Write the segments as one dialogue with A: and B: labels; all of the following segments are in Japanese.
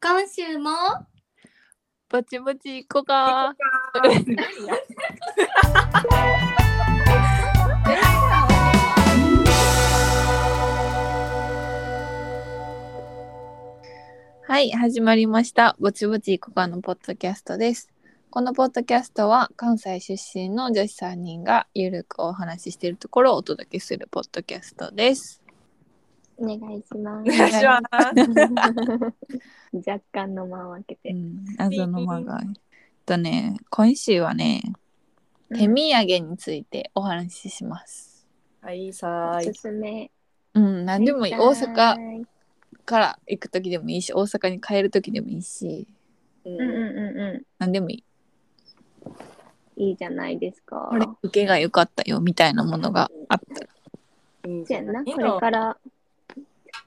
A: 今週も
B: ぼちぼち行こうか。はい、始まりました。ぼちぼち行こうかのポッドキャストです。このポッドキャストは関西出身の女子3人がゆるくお話ししているところをお届けするポッドキャストです。
A: お願いしま
C: お願いします。
A: す。若干の間を開け
B: う
A: て。
B: ん、謎の間が。えっとね、今週はね、手土産についてお話しします。
C: はい、
A: うん
C: さ
A: お
C: ーい
A: す。すめ。
B: うん、何でもいい。大阪
A: うん
B: から行く時でもいいし、大阪に帰る時でもいいし、
C: うん
A: うんう
B: 何でもい
A: ん。
B: い。
A: いいじゃないですか
B: こ。れ受けが良かったよみたいなものがあったら。
C: いい
A: じ
C: じ
A: ゃあ
C: ゃな
A: な、
C: い
A: これ
C: の
A: から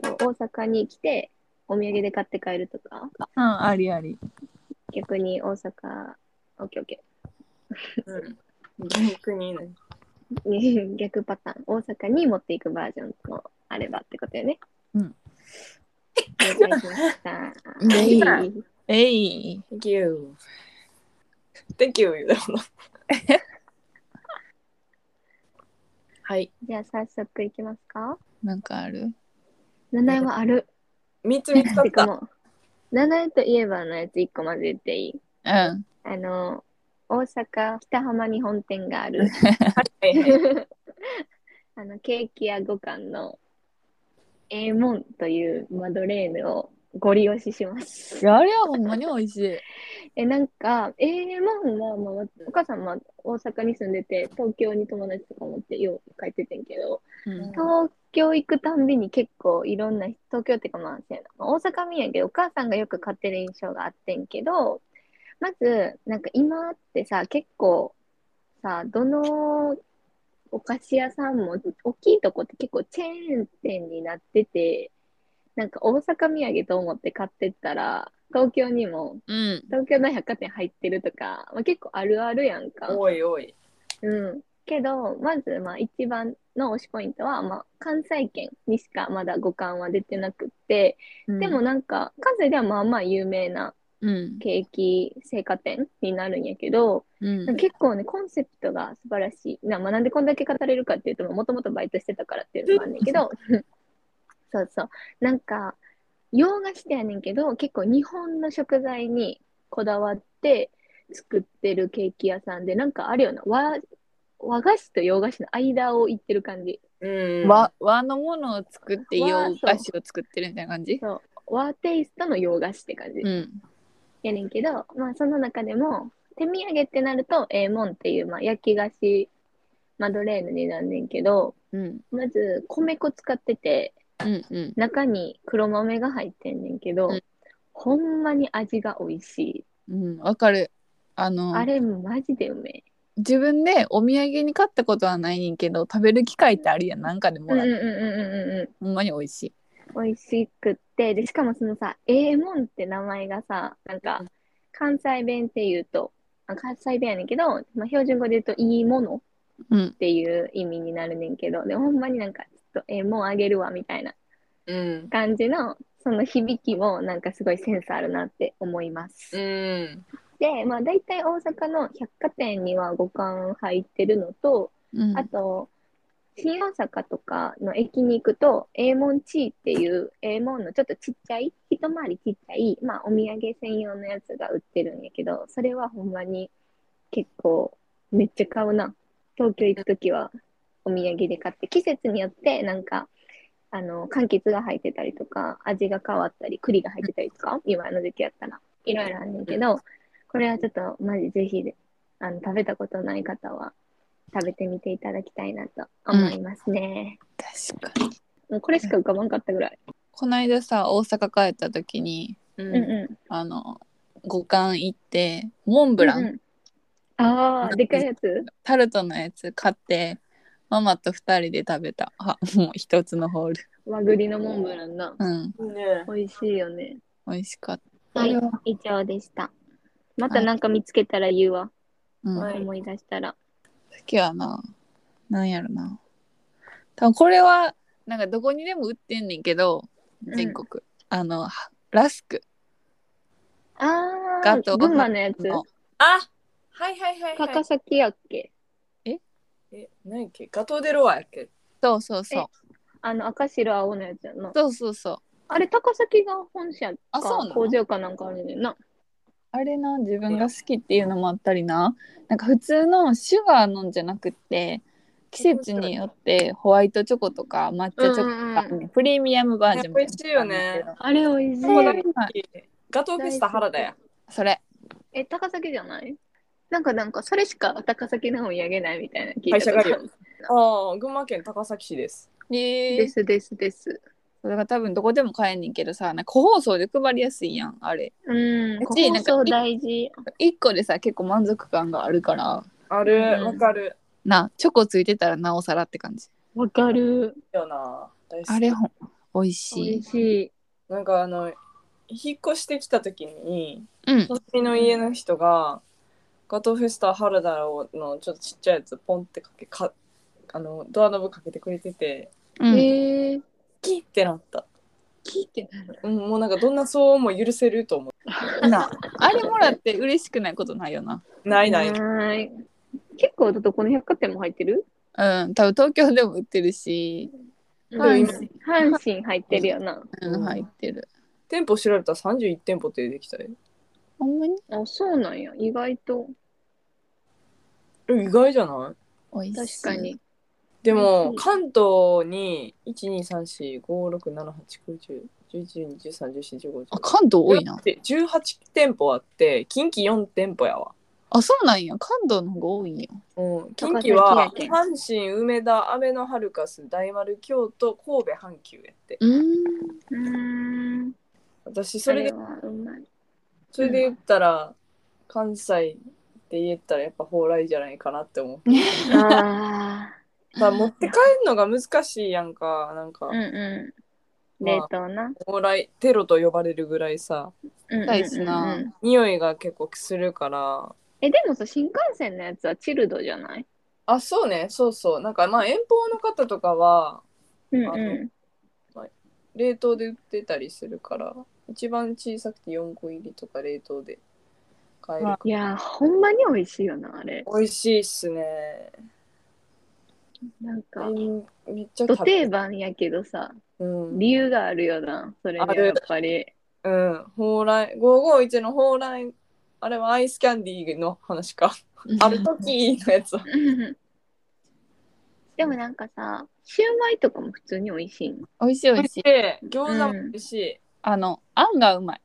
A: 大阪に来て、お土産で買って帰るとか、
B: うん、ありあり。
A: 逆に大阪、オッケーオッケ
C: 逆にね
A: ー。 逆パターン、大阪に持っていくバージョンもあればってことよね。
B: うん。
A: 了解しました。
B: ぜ
C: ひ
A: はい
B: えい。
C: Thank you. Thank you. だもんなはい。
A: じゃあ早速いきますか。
B: なんかある
A: 七重はある。
C: 三つ見つか
A: て
C: っ
A: か
C: た。
A: もう、七重といえばのやつ一個まず言っていい。
B: うん。
A: あの、大阪北浜に本店がある。
C: はいはい
A: あのケーキ屋五感のええもんというマドレーヌをご利用しします。
B: やれはほんまに美味しい。
A: え、なんか、ええもんは、まあ、お母さんも大阪に住んでて、東京に友達とか持ってよう帰っててんけど、
B: うん
A: 東京行くたんびに結構いろんな、東京っていうかまあ、せやなまあ大阪民やけど、お母さんがよく買ってる印象があってんけど、まず、なんか今ってさ、結構さ、どのお菓子屋さんも、大きいとこって結構チェーン店になってて、なんか大阪土産と思って買ってったら、東京にも、
B: うん。
A: 東京の百貨店入ってるとか、まあ、結構あるあるやんか。
C: おいおい。
A: うん。けど、まず、まあ、一番の推しポイントは、まあ、関西圏にしかまだ五感は出てなくって、
B: うん
A: でも、なんか、関西ではまあまあ有名な
B: うん。
A: ケーキ製菓店になるんやけど、
B: うん。
A: 結構ね、コンセプトが素晴らしい。な、まあ、なんでこんだけ語れるかっていうと、もともとバイトしてたからっていうのもあるんだけど、そうそう。なんか、洋菓子店やねんけど、結構日本の食材にこだわって作ってるケーキ屋さんで、なんかあるような、和、和菓子と洋菓子の間を行ってる感じ。
C: うん。
B: 和和のものを作って
A: 和
B: 洋菓子を作ってるみたいな感じ
A: そう。和テイストの洋菓子って感じ。
B: うん。
A: やねんけど、まあ、その中でも手土産ってなるとええもんっていう、まあ、焼き菓子マドレーヌになんねんけど
B: うん。
A: まず米粉使ってて
B: うん。うん。
A: 中に黒豆が入ってんねんけど、
B: うん
A: ほんまに味が美味しい、
B: うん。わかる。あの、
A: あれマジでうめえ
B: 自分でお土産に買ったことはないねんけど、食べる機会ってあるやん。なんかで
A: う
B: も
A: んう
B: ら
A: ん
B: っ
A: うんう
B: て。
A: んうんう
B: ほんまに美味し
A: ん
B: い。
A: 美味しくってでしかもそのさええもんって名前がさなんか
B: うん
A: 関西弁って言うとあ関西弁やねんけど、まあ、標準語で言うといいもの
B: うん
A: っ。ていう意味になるねんけど、でほんまになんか、ちょっと、えーもうあげるわみたいな
C: うん。
A: 感じの、その響きもなんかすごいセンスあるなって思います。
C: うん。
A: で、まあ大体大阪の百貨店には五感入ってるのと、
B: うん。
A: あと、新大阪とかの駅に行くと、えーもんちーっていう、えーもんのちょっとちっちゃい、一回りちっちゃい、まあお土産専用のやつが売ってるんやけど、それはほんまに結構めっちゃ買うな。東京行くときはお土産で買って、季節によってなんか、あの、柑橘が入ってたりとか、味が変わったり、栗が入ってたりとか、今の時期やったら、いろいろあるんやけど、これはちょっとマジぜひで、あの、食べたことない方は、食べてみていただきたいなと思いますね。
B: 確かに。
A: もうこれしか浮かばんかったぐらい。
B: こないださ、大阪帰った時に、
C: うん
A: うんう
B: あの、五感行って、モン
A: ん。
B: ブラン、
A: うんうんああ、でかいやつ
B: タルトのやつ買って、ママと二人で食べた。あ、もう一つのホール。
A: 和栗のモンブランな。
B: うん。
C: ね
A: 美味しいよね。
B: 美味しかった。
A: はい、以上でした。またなんか見つけたら言うわ。
B: うん。好
C: い
A: 思い出したら。
B: きやな。なんやろな。多分これは、なんかどこにでも売ってんねんけど、全国。あの、はラスク。
A: あ
B: ガ
A: ー、
B: ト
A: 群馬のやつ。
B: の
C: あはいはいはいはい
A: 高崎やっけ
C: え何やっけガトーデロワやっけ
B: そうそうそう
A: あの赤白青のやつやんな。
B: そうそうそう
A: あれ、高崎が本社
B: あそうな
A: か
B: の
A: 工場かなんかあるねんな。
B: あれな自分が好きっていうのもあったりななんか普通のシュガーのんじゃなくって季節によってホワイトチョコとか抹茶チョコとかあるね、
A: うんうん
B: プレミアムバージョンみたなのがあるんだけど
A: あれ、美味しい。
C: そうだね
B: はい
C: ガトーフェスタ原田や
B: それ
A: え、高崎じゃないなんか、なんか、それしか高崎のお土産ないみたいな聞い
C: 会
A: た
C: 社
A: ことあ
C: が
A: る
C: よああ群馬県高崎市です
B: え
A: ですですです。
B: それが多分どこでも買えんねんけどさなんか個包装で配りやすいやんあれ
A: うん、
B: う
A: 個
B: ち
A: 包装大事。
B: 1個でさ結構満足感があるから
C: あ
A: う
C: る
A: ん
C: わかる
B: なチョコついてたらなおさらって感じ
A: わかる。
C: よな大好き
B: あれほん美味し
A: 美味
B: い
A: しい。
C: なんかあの引っ越してきた時に
B: うん
C: 隣の家の人がガトーフェスタ原田のちょっとちっちゃいやつポンってかけかあのドアノブかけてくれてて
B: うん
A: えー、
C: キーってなった
A: 聞いてなる。
C: うんもうなんかどんな騒音も許せると思
B: なあれもらって嬉しくないことないよな
C: うないない
A: ない。結構、どこの百貨店も入ってる
B: うん多分東京でも売ってるし、
C: ん
A: 阪神阪神入ってるよな。
B: う、
C: うんん
B: 入ってる
C: 店舗調べたら31店舗って出てきたよ
B: ほんまに
A: あ、そうなんや。意外と。
C: え意外じゃない
B: 美味し
A: 確
B: い
A: かに。
C: で
A: 嬉
C: も
A: しい
C: 関東に123456789101112131415
B: あ関東多いな
C: 18店舗あって近畿4店舗やわ、
B: あそうなんや関東の方が多いんや
C: うん、近
A: 高崎
C: 畿は
A: やけ
C: 阪
A: ん
C: 神梅田アベノハルカス大丸京都神戸阪急やって
B: うん
A: うーん。
C: 私そ
A: そ
C: れ
A: れ
C: で
A: はうまい。
C: それで言ったら関西で言ったらやっぱ蓬莱じゃないかなって思う
A: ああ。
C: まあ持って帰るのが難しいやんかなんか
A: うんう
C: まあ
A: ん。冷凍な。
C: 蓬莱テロと呼ばれるぐらいさ
A: うんうん
B: たいし
A: うん
B: な
A: うん。
C: 匂いが結構するから
A: え、でもさ、新幹線のやつはチルドじゃない
C: あそうねそうそうなんかまあ遠方の方とかは
A: うん
C: あの冷凍で売ってたりするから一番小さくて4個入りとか冷凍で買えるか
A: いやー、ほんまに美味しいよな、あれ。
C: 美味しいっすね
A: なんか、
C: えめっちゃ
A: ど
C: 食べ
A: 定番やけどさ、
C: うん、
A: 理由があるよな、それには
C: ある
A: やっぱり。
C: うん、蓬莱551の蓬莱あれはアイスキャンディーの話かある時のやつは
A: でもなんかさ、シューマイとかも普通に美味しいん。
B: 美味しい美味しい
C: で餃子も美味しい、
B: あのあんがうまい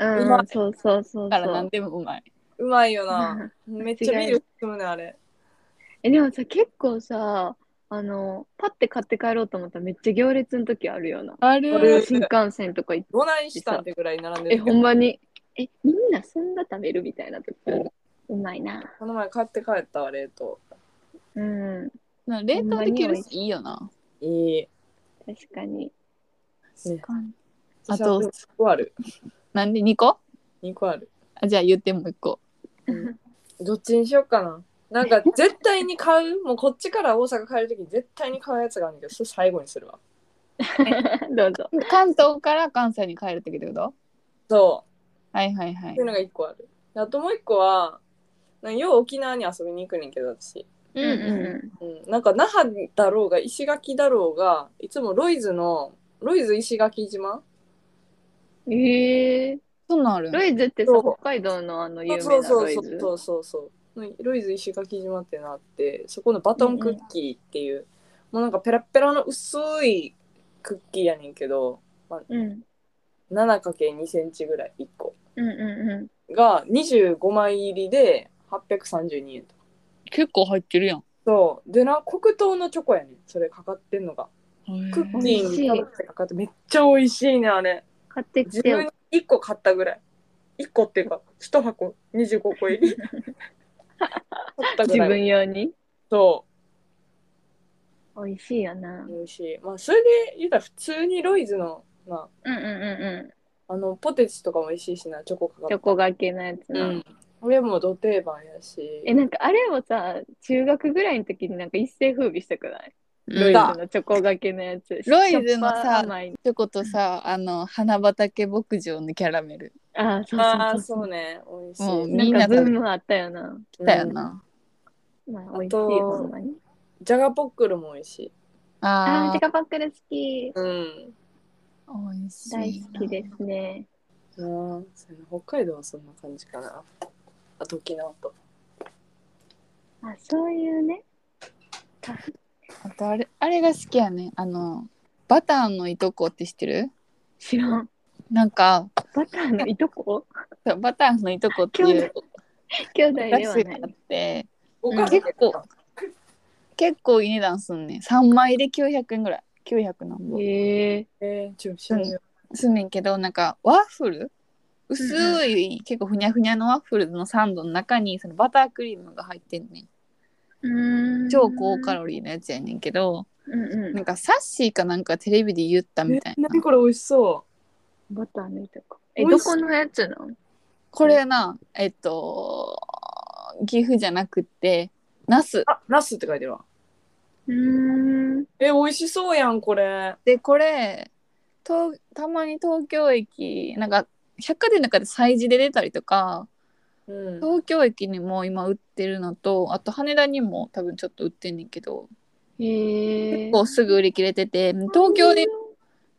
B: う
C: うまい
A: ん、そうそうそう
B: だから何
A: そ
B: でもうまいう
C: まいよな
A: う。
C: めっちゃビール飲むねあれ
A: え、でもさ、結構さ、あの、パッて買って帰ろうと思ったらめっちゃ行列の時あるよな。
B: あ
C: ある
B: る
A: 新幹線とか行って
C: どないしたんってぐらい並んで
A: え、
C: る
A: ほんまに。え、みんなそんな食べるみたいな時あるうまいな。
C: この前買って帰ったわ冷凍
A: うん、
B: な冷凍できるしいいよない
C: い
A: 確かに。
C: ね
B: あと
C: 2個ある
B: なんで2個
C: 2個ある
B: あじゃあ言ってもう1個
C: どっちにしようかななんか絶対に買うもうこっちから大阪帰るとき絶対に買うやつがあるんだけどそれ最後にするわ
A: どうぞ。
B: 関東から関西に帰る時ってこと
C: そ
B: はいはいは
C: うっ
B: い
C: ていうのが1個あるであともう1個はなんかよう沖縄に遊びに行くねんけど私、
B: う
C: うん、なんか那覇だろうが石垣だろうがいつもロイズのロイズ石垣島
A: うん。えー、
B: そんなんある
A: ロイズってさ
C: そう、
A: 北海道のあの有名
C: そう
A: な
C: そ
A: ロ
C: う
A: イ
C: そ
A: ズ。
C: うそうそうそうのロイズ石垣島ってなってそこのバトンクッキーっていう、もうなんかペラッペラの薄いクッキーやねんけど
A: うん。
C: 7×2 センチぐらい1個
A: うんうんうん。
C: が25枚入りで832円とか
B: 結構入ってるやん
C: そうでな黒糖のチョコやねんそれかかってんのがク
A: 美
C: ッキー
A: 味
C: に
A: しい
C: キャベツかかってめっちゃ美味しいねあれ
A: 買ってき
C: 自
A: てよ
C: 分に1個買ったぐらい1個っていうか1箱25個入り買ったぐ
A: 自
C: らい
A: 分用に。
C: そう
A: 美味しいよな。
C: 美味しい。まあ、それで言うたら普通にロイズの、ま
A: うんうんうん
C: あ、あの、ポテチとかも美味しいしな、チョコかか
A: うん。チ
C: って
A: ョ。コがけのやつ
C: う
A: な。
C: ん。俺もど定番やし。
A: え、なんかあれをさ、中学ぐらいの時になんか一世風靡したくないロ
B: ロ
A: イ
B: イ
A: ズ
B: ズ
A: のチョコがけのやつ。
B: ロイズのさ
A: しょっぱ甘い
B: チョコとさあの花畑牧場のキャラメル
A: ああ、そう
C: ああ
A: そう
C: そ
A: そう
B: もう
C: うね美味しい、
A: なんか
B: みんな
A: ブ
B: が
A: ームあったよな。
B: 来たよな。
A: ま
C: あと
A: あ、美味しい、ほんまに。
C: ジャガポックルも美味しい
A: ああ、
B: あ
A: ジャガパックル好き。
C: うん
B: あ、美味しいな。
A: 大好きですね。
C: あーそうやな北海道はそんな感じかなあと沖縄と
A: あ、そういうね。
B: あとあれ、あれが好きやね。あの、バターのいとこって知ってる
A: 知らん。
B: なんか、
A: バターのいとこ
B: そうバターのいとこっていう
A: 兄弟
B: お
A: で
B: 菓
A: は
B: 子
A: な
B: が
A: い
B: あ。って、
C: お
A: 母さ
B: ん結構結構いい値段すんねん。3枚で900円ぐらい。900なんぼ。
A: へえ
C: えー、ちょっと知らんよ
B: すんねんけどなんかワッフル薄い、結構ふにゃふにゃのワッフルのサンドの中にそのバタークリームが入ってんねん
A: ー。
B: 超高カロリーのやつやねんけど、
A: うんう
B: なん
A: ん。
B: かサッシーかなんかテレビで言ったみたい
C: え
B: な、
C: 何これ美味しそ
A: バターのいとこ。え、
C: 美
A: ど
C: 味しい
A: このやつなん
B: これなえっと岐阜じゃなくてナス
C: うあナスって書いてるわ
A: うーん。
C: え美味しそうやんこれ
B: でこれとたまに東京駅なんか百貨店の中で催事で出たりとか
C: うん
B: 東京駅にも今売ってるのとあと羽田にも多分ちょっと売ってんねんけど
A: へえ
B: 結構すぐ売り切れてて東京で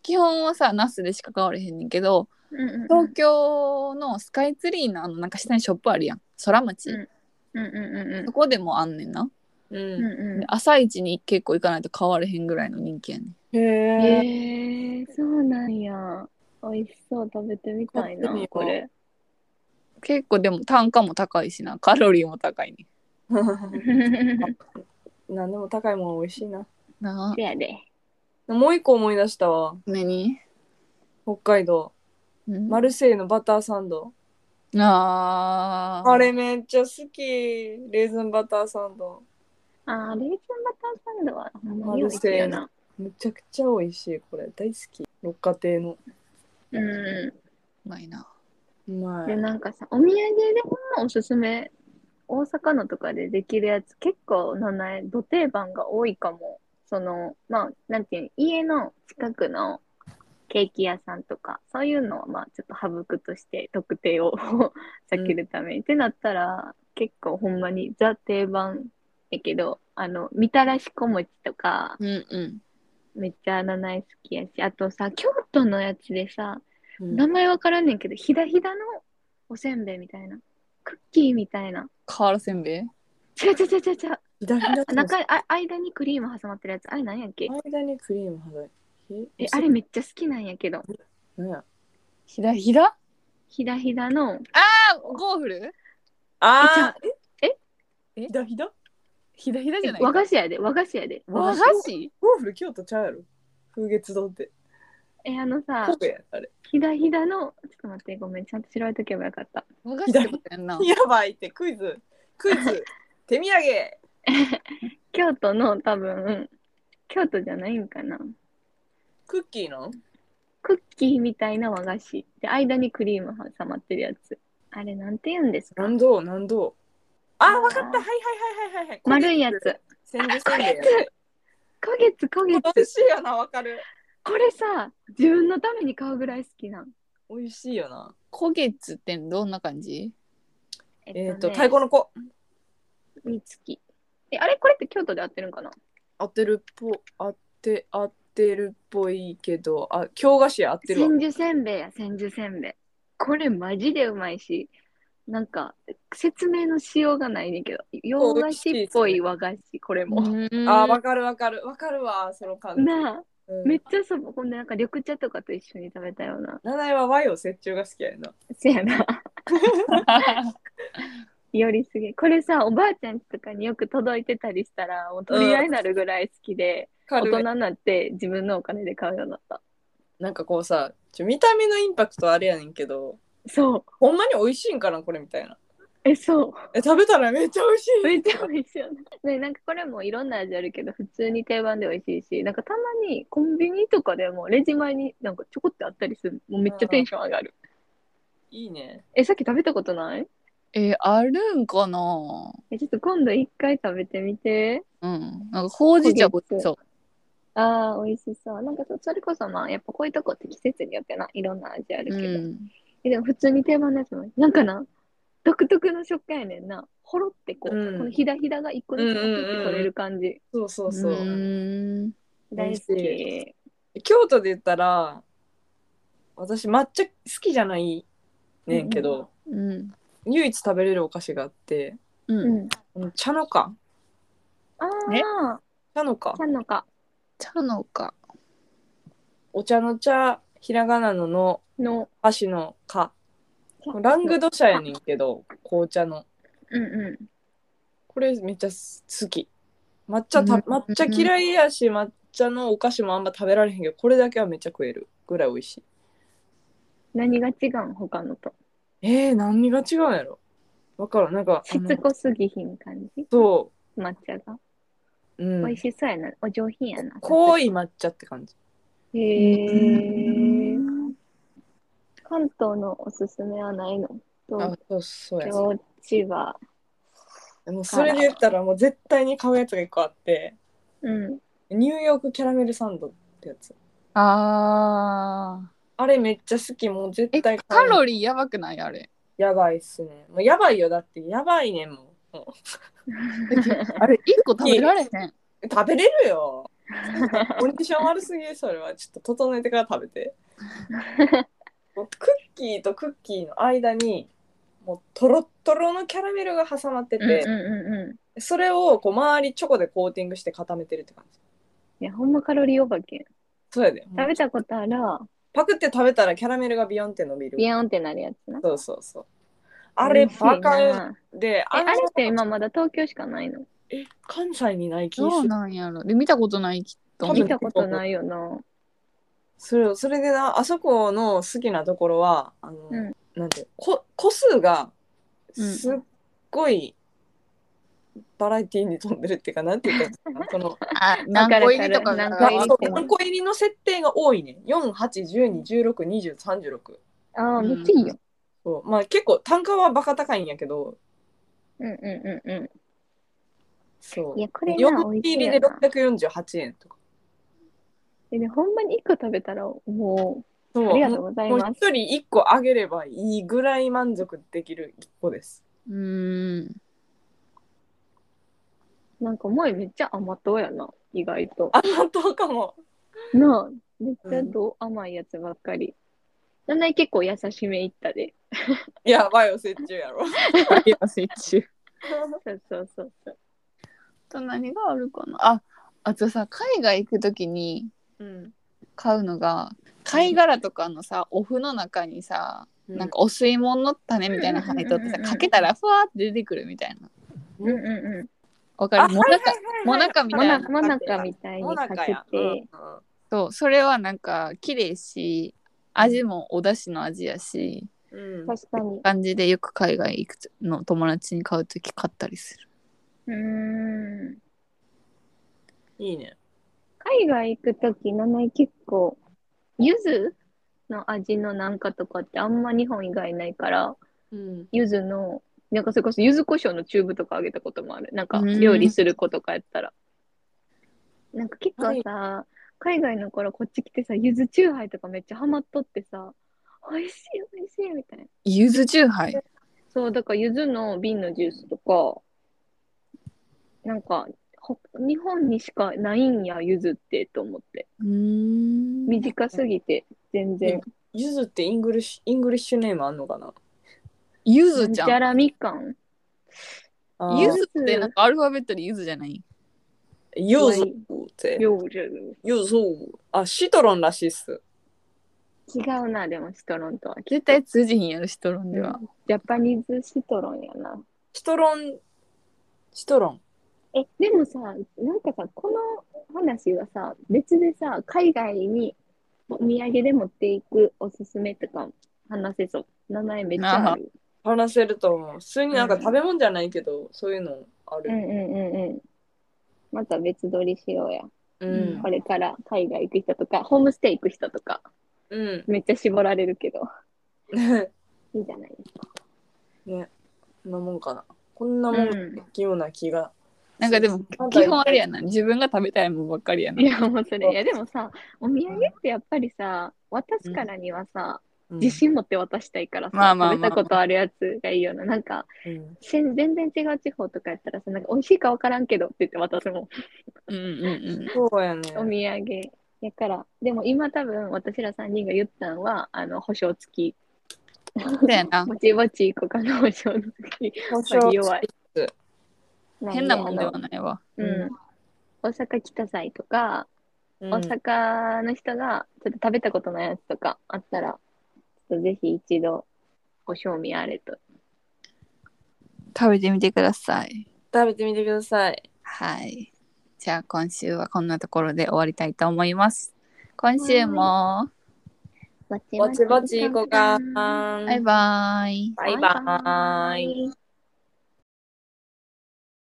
B: 基本はさナスでしか買われへんねんけど
A: うんうんうん
B: 東京のスカイツリーのあのなんか下にショップあるやん空町、
A: うんうんうんうん
B: そこでもあんねんな、
C: う
A: うん
C: ん
A: う
B: で朝一に結構行かないと買われへんぐらいの人気やねん
C: へ
A: ん。へ
C: え
A: えそうなんや。美味しそう食べてみたいな
C: 買ってみよう
A: これ。
B: 結構でも単価も高いしなカロリーも高いね
C: 何でも高いもん美味しいな
B: なあ
A: せやで。
C: もう一個思い出したわ
B: 何、
C: 北海道
B: うん
C: マルセイのバターサンド
B: あー
C: あれめっちゃ好きレーズンバターサンド
A: あーレーズンバターサンドはほんまに美
C: マル
A: 味しい
C: セイ
A: よ
C: の
A: な。
C: めちゃくちゃ美味しいこれ大好き六花亭の
A: うん。
B: うまいな
C: うま
A: で
C: い
A: なんかさお土産でもおすすめ大阪のとかでできるやつ結構名前土定番が多いかもそのまあなんていうん家の近くのケーキ屋さんとかそういうのはまあちょっと省くとして特定を 避けるために、ってなったら結構ほんまにザ定番やけどあのみたらし小餅とか
B: うんうん
A: めっちゃ七重好きやしあとさ京都のやつでさ
C: うん
A: 名前わからんねんけど、ひだひだのおせんべいみたいな。クッキーみたいな。
B: 瓦せんべい
A: 違う違う違う違う違う。
C: ひだひだ
A: あ中あ、間にクリーム挟まってるやつ。あれなんやっけ
C: 間にクリームはど
A: え、あれめっちゃ好きなんやけど。
B: ひだひだ
A: ひだひだの、
B: あゴーフル
C: あー
A: え
C: えひだひだ
B: ひだひだじゃない
A: 和菓子やで、和菓子やで。
B: 和菓子
C: ゴーフル京都ちゃうやろ風月堂って
A: え、あのさ
C: 神、戸やあれ
A: ひだひだの、ちょっと待って、ごめん、ちゃんと調べとけばよかった。
B: 和菓子ってことやんな
C: やばいってクイズクイ ズ手土産
A: 京都の多分、京都じゃないんかな。
C: クッキーの
A: クッキーみたいな和菓子。で、間にクリーム挟まってるやつ。あれなんて言うんですか
C: 何度何度あ
A: あー
C: わかったはいはいはいはいはい
A: 丸いやつ。
C: 千住
A: あ
C: せんべいや
A: これ焦月、焦
C: 美
A: 月。
C: 味しいよなわかる
A: これさ自分のために買うぐらい好きなん
C: 美味しいよな
B: 古月ってどんな感じ
C: えっ、と
A: ね
C: 太鼓の子
A: 三月えあれこれって京都で合ってるんかな
C: 当てるっぽ当て当てるっぽいけどあ京菓子屋合ってるわ
A: 千住せんべいや千住せんべいこれマジでうまいしなんか説明のしようがないねんけど洋菓子っぽい和菓子これも、
C: あ
B: あ
C: わかるわかるわかるわその感じ、
A: なあ
C: うん
A: めっちゃそうほんでなんか緑茶とかと一緒に食べたような
C: 七重は和洋折衷が好きやねんな
A: せやな よりすげえこれさおばあちゃんちとかによく届いてたりしたらもう取り合いになるぐらい好きで、
C: 軽
A: 大
C: め
A: 人になって自分のお金で買うようになった
C: なんかこうさちょ見た目のインパクトあれやねんけど
A: そう
C: ほんまに美味しいんかなこれみたいな
A: え、そう。
C: え食べたらめっちゃ美味しい
A: めっちゃ 美味しいよね。ね、なんかこれもいろんな味あるけど、普通に定番で美味しいし、なんかたまにコンビニとかでもレジ前になんかちょこってあったりする。もうめっちゃテンション上がる。
C: いいね
A: え、さっき食べたことない
B: えあるんかな
A: え、ちょっと今度一回食べてみて。
B: うんなんかほうじ茶ごちそう
A: ああ、美味しそう。なんかそそれこそまあ、やっぱこういうとこって季節によってないろんな味ある
B: う
A: けど、
B: ん
A: えでも普通に定番のやつもなんかな独特の食感やねんなほろってこう、
C: うん
A: このひだひだが一個ずつパクって取れる感じ、
C: そうそうそうう、
B: ーん
A: 大好
C: 美
A: き
C: 京都で言ったら私抹茶好きじゃないねんけど、
B: うん
C: 唯一食べれるお菓子があって
B: う、
A: うんん
C: あの茶のか
A: あ
B: え
A: あ
C: 茶のか
A: ちゃんのか
B: 茶のか
C: お茶の茶ひらがなのの
A: の
C: 箸のかラングドシャやねんけど紅茶の
A: うんう
C: これめっちゃ好き抹茶た
B: うん
C: 抹茶嫌いやし抹茶のお菓子もあんま食べられへんけどこれだけはめっちゃ食えるぐらい美味しい
A: ん何が違うん他のと
C: えー、何が違うんやろわからんなんかあ
A: し
C: の
A: つこすぎひん感じ
C: そ
A: 抹茶が、
C: う、うん、
A: 美味しそうやなお上品やな
C: 濃い抹茶って感じ
A: へえ関東のおすすめはないの
C: あ
A: 東
C: そうそうや
A: 京千葉
C: でもそれで言ったらもう絶対に買うやつが一個あって
A: うん
C: ニューヨークキャラメルサンドってやつ
B: あー
C: あれめっちゃ好きもう絶
B: え
C: 対
B: カ
C: う
B: ロリーやばくない あれ
C: やばいっすねもうやばいよだってやばいねんもうも
B: あれ一個食べられへん
C: う食べれるよコンディション悪すぎるそれはちょっと整えてから食べてもうクッキーとクッキーの間にもうトロットロのキャラメルが挟まってて、
A: うんうんうんうん
C: それをこう周りチョコでコーティングして固めてるって感じ
A: いやほんまカロリーお化け
C: そうやで
A: 食べたことある
C: パクって食べたらキャラメルがビヨンって伸びる
A: ビヨーンってなるやつな
C: そうそうそう。あれバ
A: 美味しい
C: カ
A: な
C: で、
A: えあれ
C: んな
A: って今まだ東京しかないの
C: え関西にない気
B: ど
C: す
B: う
C: る。
B: なんやろで見たことないきっと
C: 多分
A: 見たことないよな
C: それそれでな、あそこの好きなところは、あの、
A: うん
C: なんてこ個数が
B: うん
C: すっごいバラエティーに飛んでるっていうか、なんていうかな、その、
B: あ何個入りとか
A: わかるわか
C: あ
A: る
C: そ
A: 何個入りっ
C: う
A: て
C: 何個入りの設定が多いね。4、8、12、16、20、36。
A: ああ
B: うん
A: めっちゃいいよ
C: そうまあ結構単価はバカ高いんやけど、
A: うんうんうんう
C: そ。
A: んいうやこれ
C: 4
A: な美味し
C: 入
A: い
C: り
A: よ
C: で
A: な
C: 648円とか。
A: えでほんまに一個食べたらも
C: そうう
A: ありがとうござい
C: もう
A: ます
C: 一人一個あげればいいぐらい満足できる一個です。
B: うーん
A: なんか前めっちゃ甘党やな意外と
C: あ、 本当かも。
A: なあめっちゃど甘いやつばっかりだんだん結構優しめいったで
C: やばいよ、折衷やろ。
B: いや折衷
A: そうそうそうそう
B: と何があるかなああとさ海外行く時に
C: うん。
B: 買うのが貝殻とかのさお麩の中にさ
C: な
B: なん
C: んか、
B: かお吸い物の種みたいなの入っとって
A: う
B: さ
A: んうんうんうん
B: かけたらふわーって出てくるみたいな
A: うんうんうん
B: わ
C: あ
B: かるモナカモナ
C: カ
B: カみ
A: モ
B: たい
A: ナ
B: な
A: モナカみたい
C: モ
A: に
C: ナ
A: か
C: カ
A: け
C: や。
A: て
B: そうそれはなんか綺麗し味もお出汁の味やし
C: うん。
A: 確かに
B: 感じでよく海外行くとの友達に買う時買ったりする
A: うーん
C: いいね。
A: 海外行くとき、名前結構、柚子の味のなんかとかってあんま日本以外ないから、
C: うん。
A: 柚子の、なんかそれこそ柚子胡椒のチューブとかあげたこともある。なんか
B: うん
A: 料理する子とかやったら。なんか結構さ、海外の頃こっち来てさ、柚子チューハイとかめっちゃハマっとってさ、美味しい美味しいみたいな。
B: 柚子チューハイ
A: そう、だから柚子の瓶のジュースとか、なんか、ほ日本にしかないんや、柚子ってと思って。
B: うーん
A: 短すぎて全然。
C: ゆずってイングリッシュ、イングリッシュネームあんのかな
B: 柚
A: な
B: 子
A: ん
B: ち
A: ち
B: ゃ
A: ゃ
B: ん
A: らみかん。
C: あー
B: 柚子ってなんかアルファベットで柚子じゃない
C: ゆずって。
A: ようじゃる
C: ゆず。あ、シトロンらしいっす。
A: 違うな、でもシトロンとは。
B: 絶対通じひんやろシトロンでは、
A: ジャパニーズシトロンやな。
C: シトロン、シトロン。
A: え、でもさ、なんかさ、この話はさ、別でさ、海外にお土産で持っていくおすすめとか話せそう。名前めっちゃある。
C: 話せると思う。普通になんか食べ物じゃないけど、そういうのあ
A: うんうん
C: る。
A: うんうん。また別撮りしようや。
C: うん
A: こ。れから海外行く人とか、ホームステイ行く人とか、
C: うん。
A: めっちゃ絞られるけど、
C: ね、
A: いいじゃないですか。
C: こん なもんかな。こんなもん
A: うん
C: ような気が。
B: なんかでも
C: そう
B: 基本あれやな自分が食べたいもんばっかりやない
A: やもうそれいやでもさお土産ってやっぱりさ渡すからにはさ、
C: うん
A: 自信持って渡したいからさ、
B: まあまあまあ
A: 食べたことあるやつがいいよな。なんか、
C: うん
A: せん全然違う地方とかやったらさ、なんか美味しいかわからんけどって言って渡すもん。
B: うんうん
C: そうやね
A: お土産。やから、でも今多分私ら3人が言ったんは、あの、保証付き。
B: うん。だよな。
A: ぼちぼちいこかの保証付き。
C: 保証
A: まあ弱い。 ん
B: 変なもんでは
A: あの
B: ないわ。
A: うん。大阪来た際とか、
C: うん
A: 大阪の人がちょっと食べたことないやつとかあったら、ちょっとぜひ一度ご賞味あれと。
B: 食べてみてください。
C: 食べてみてください
B: はい。じゃあ今週はこんなところで終わりたいと思います。今週も
A: ぼち
C: ぼちぼちいこうか
A: バ
B: バイバイ。
C: バイバーイ
A: イ。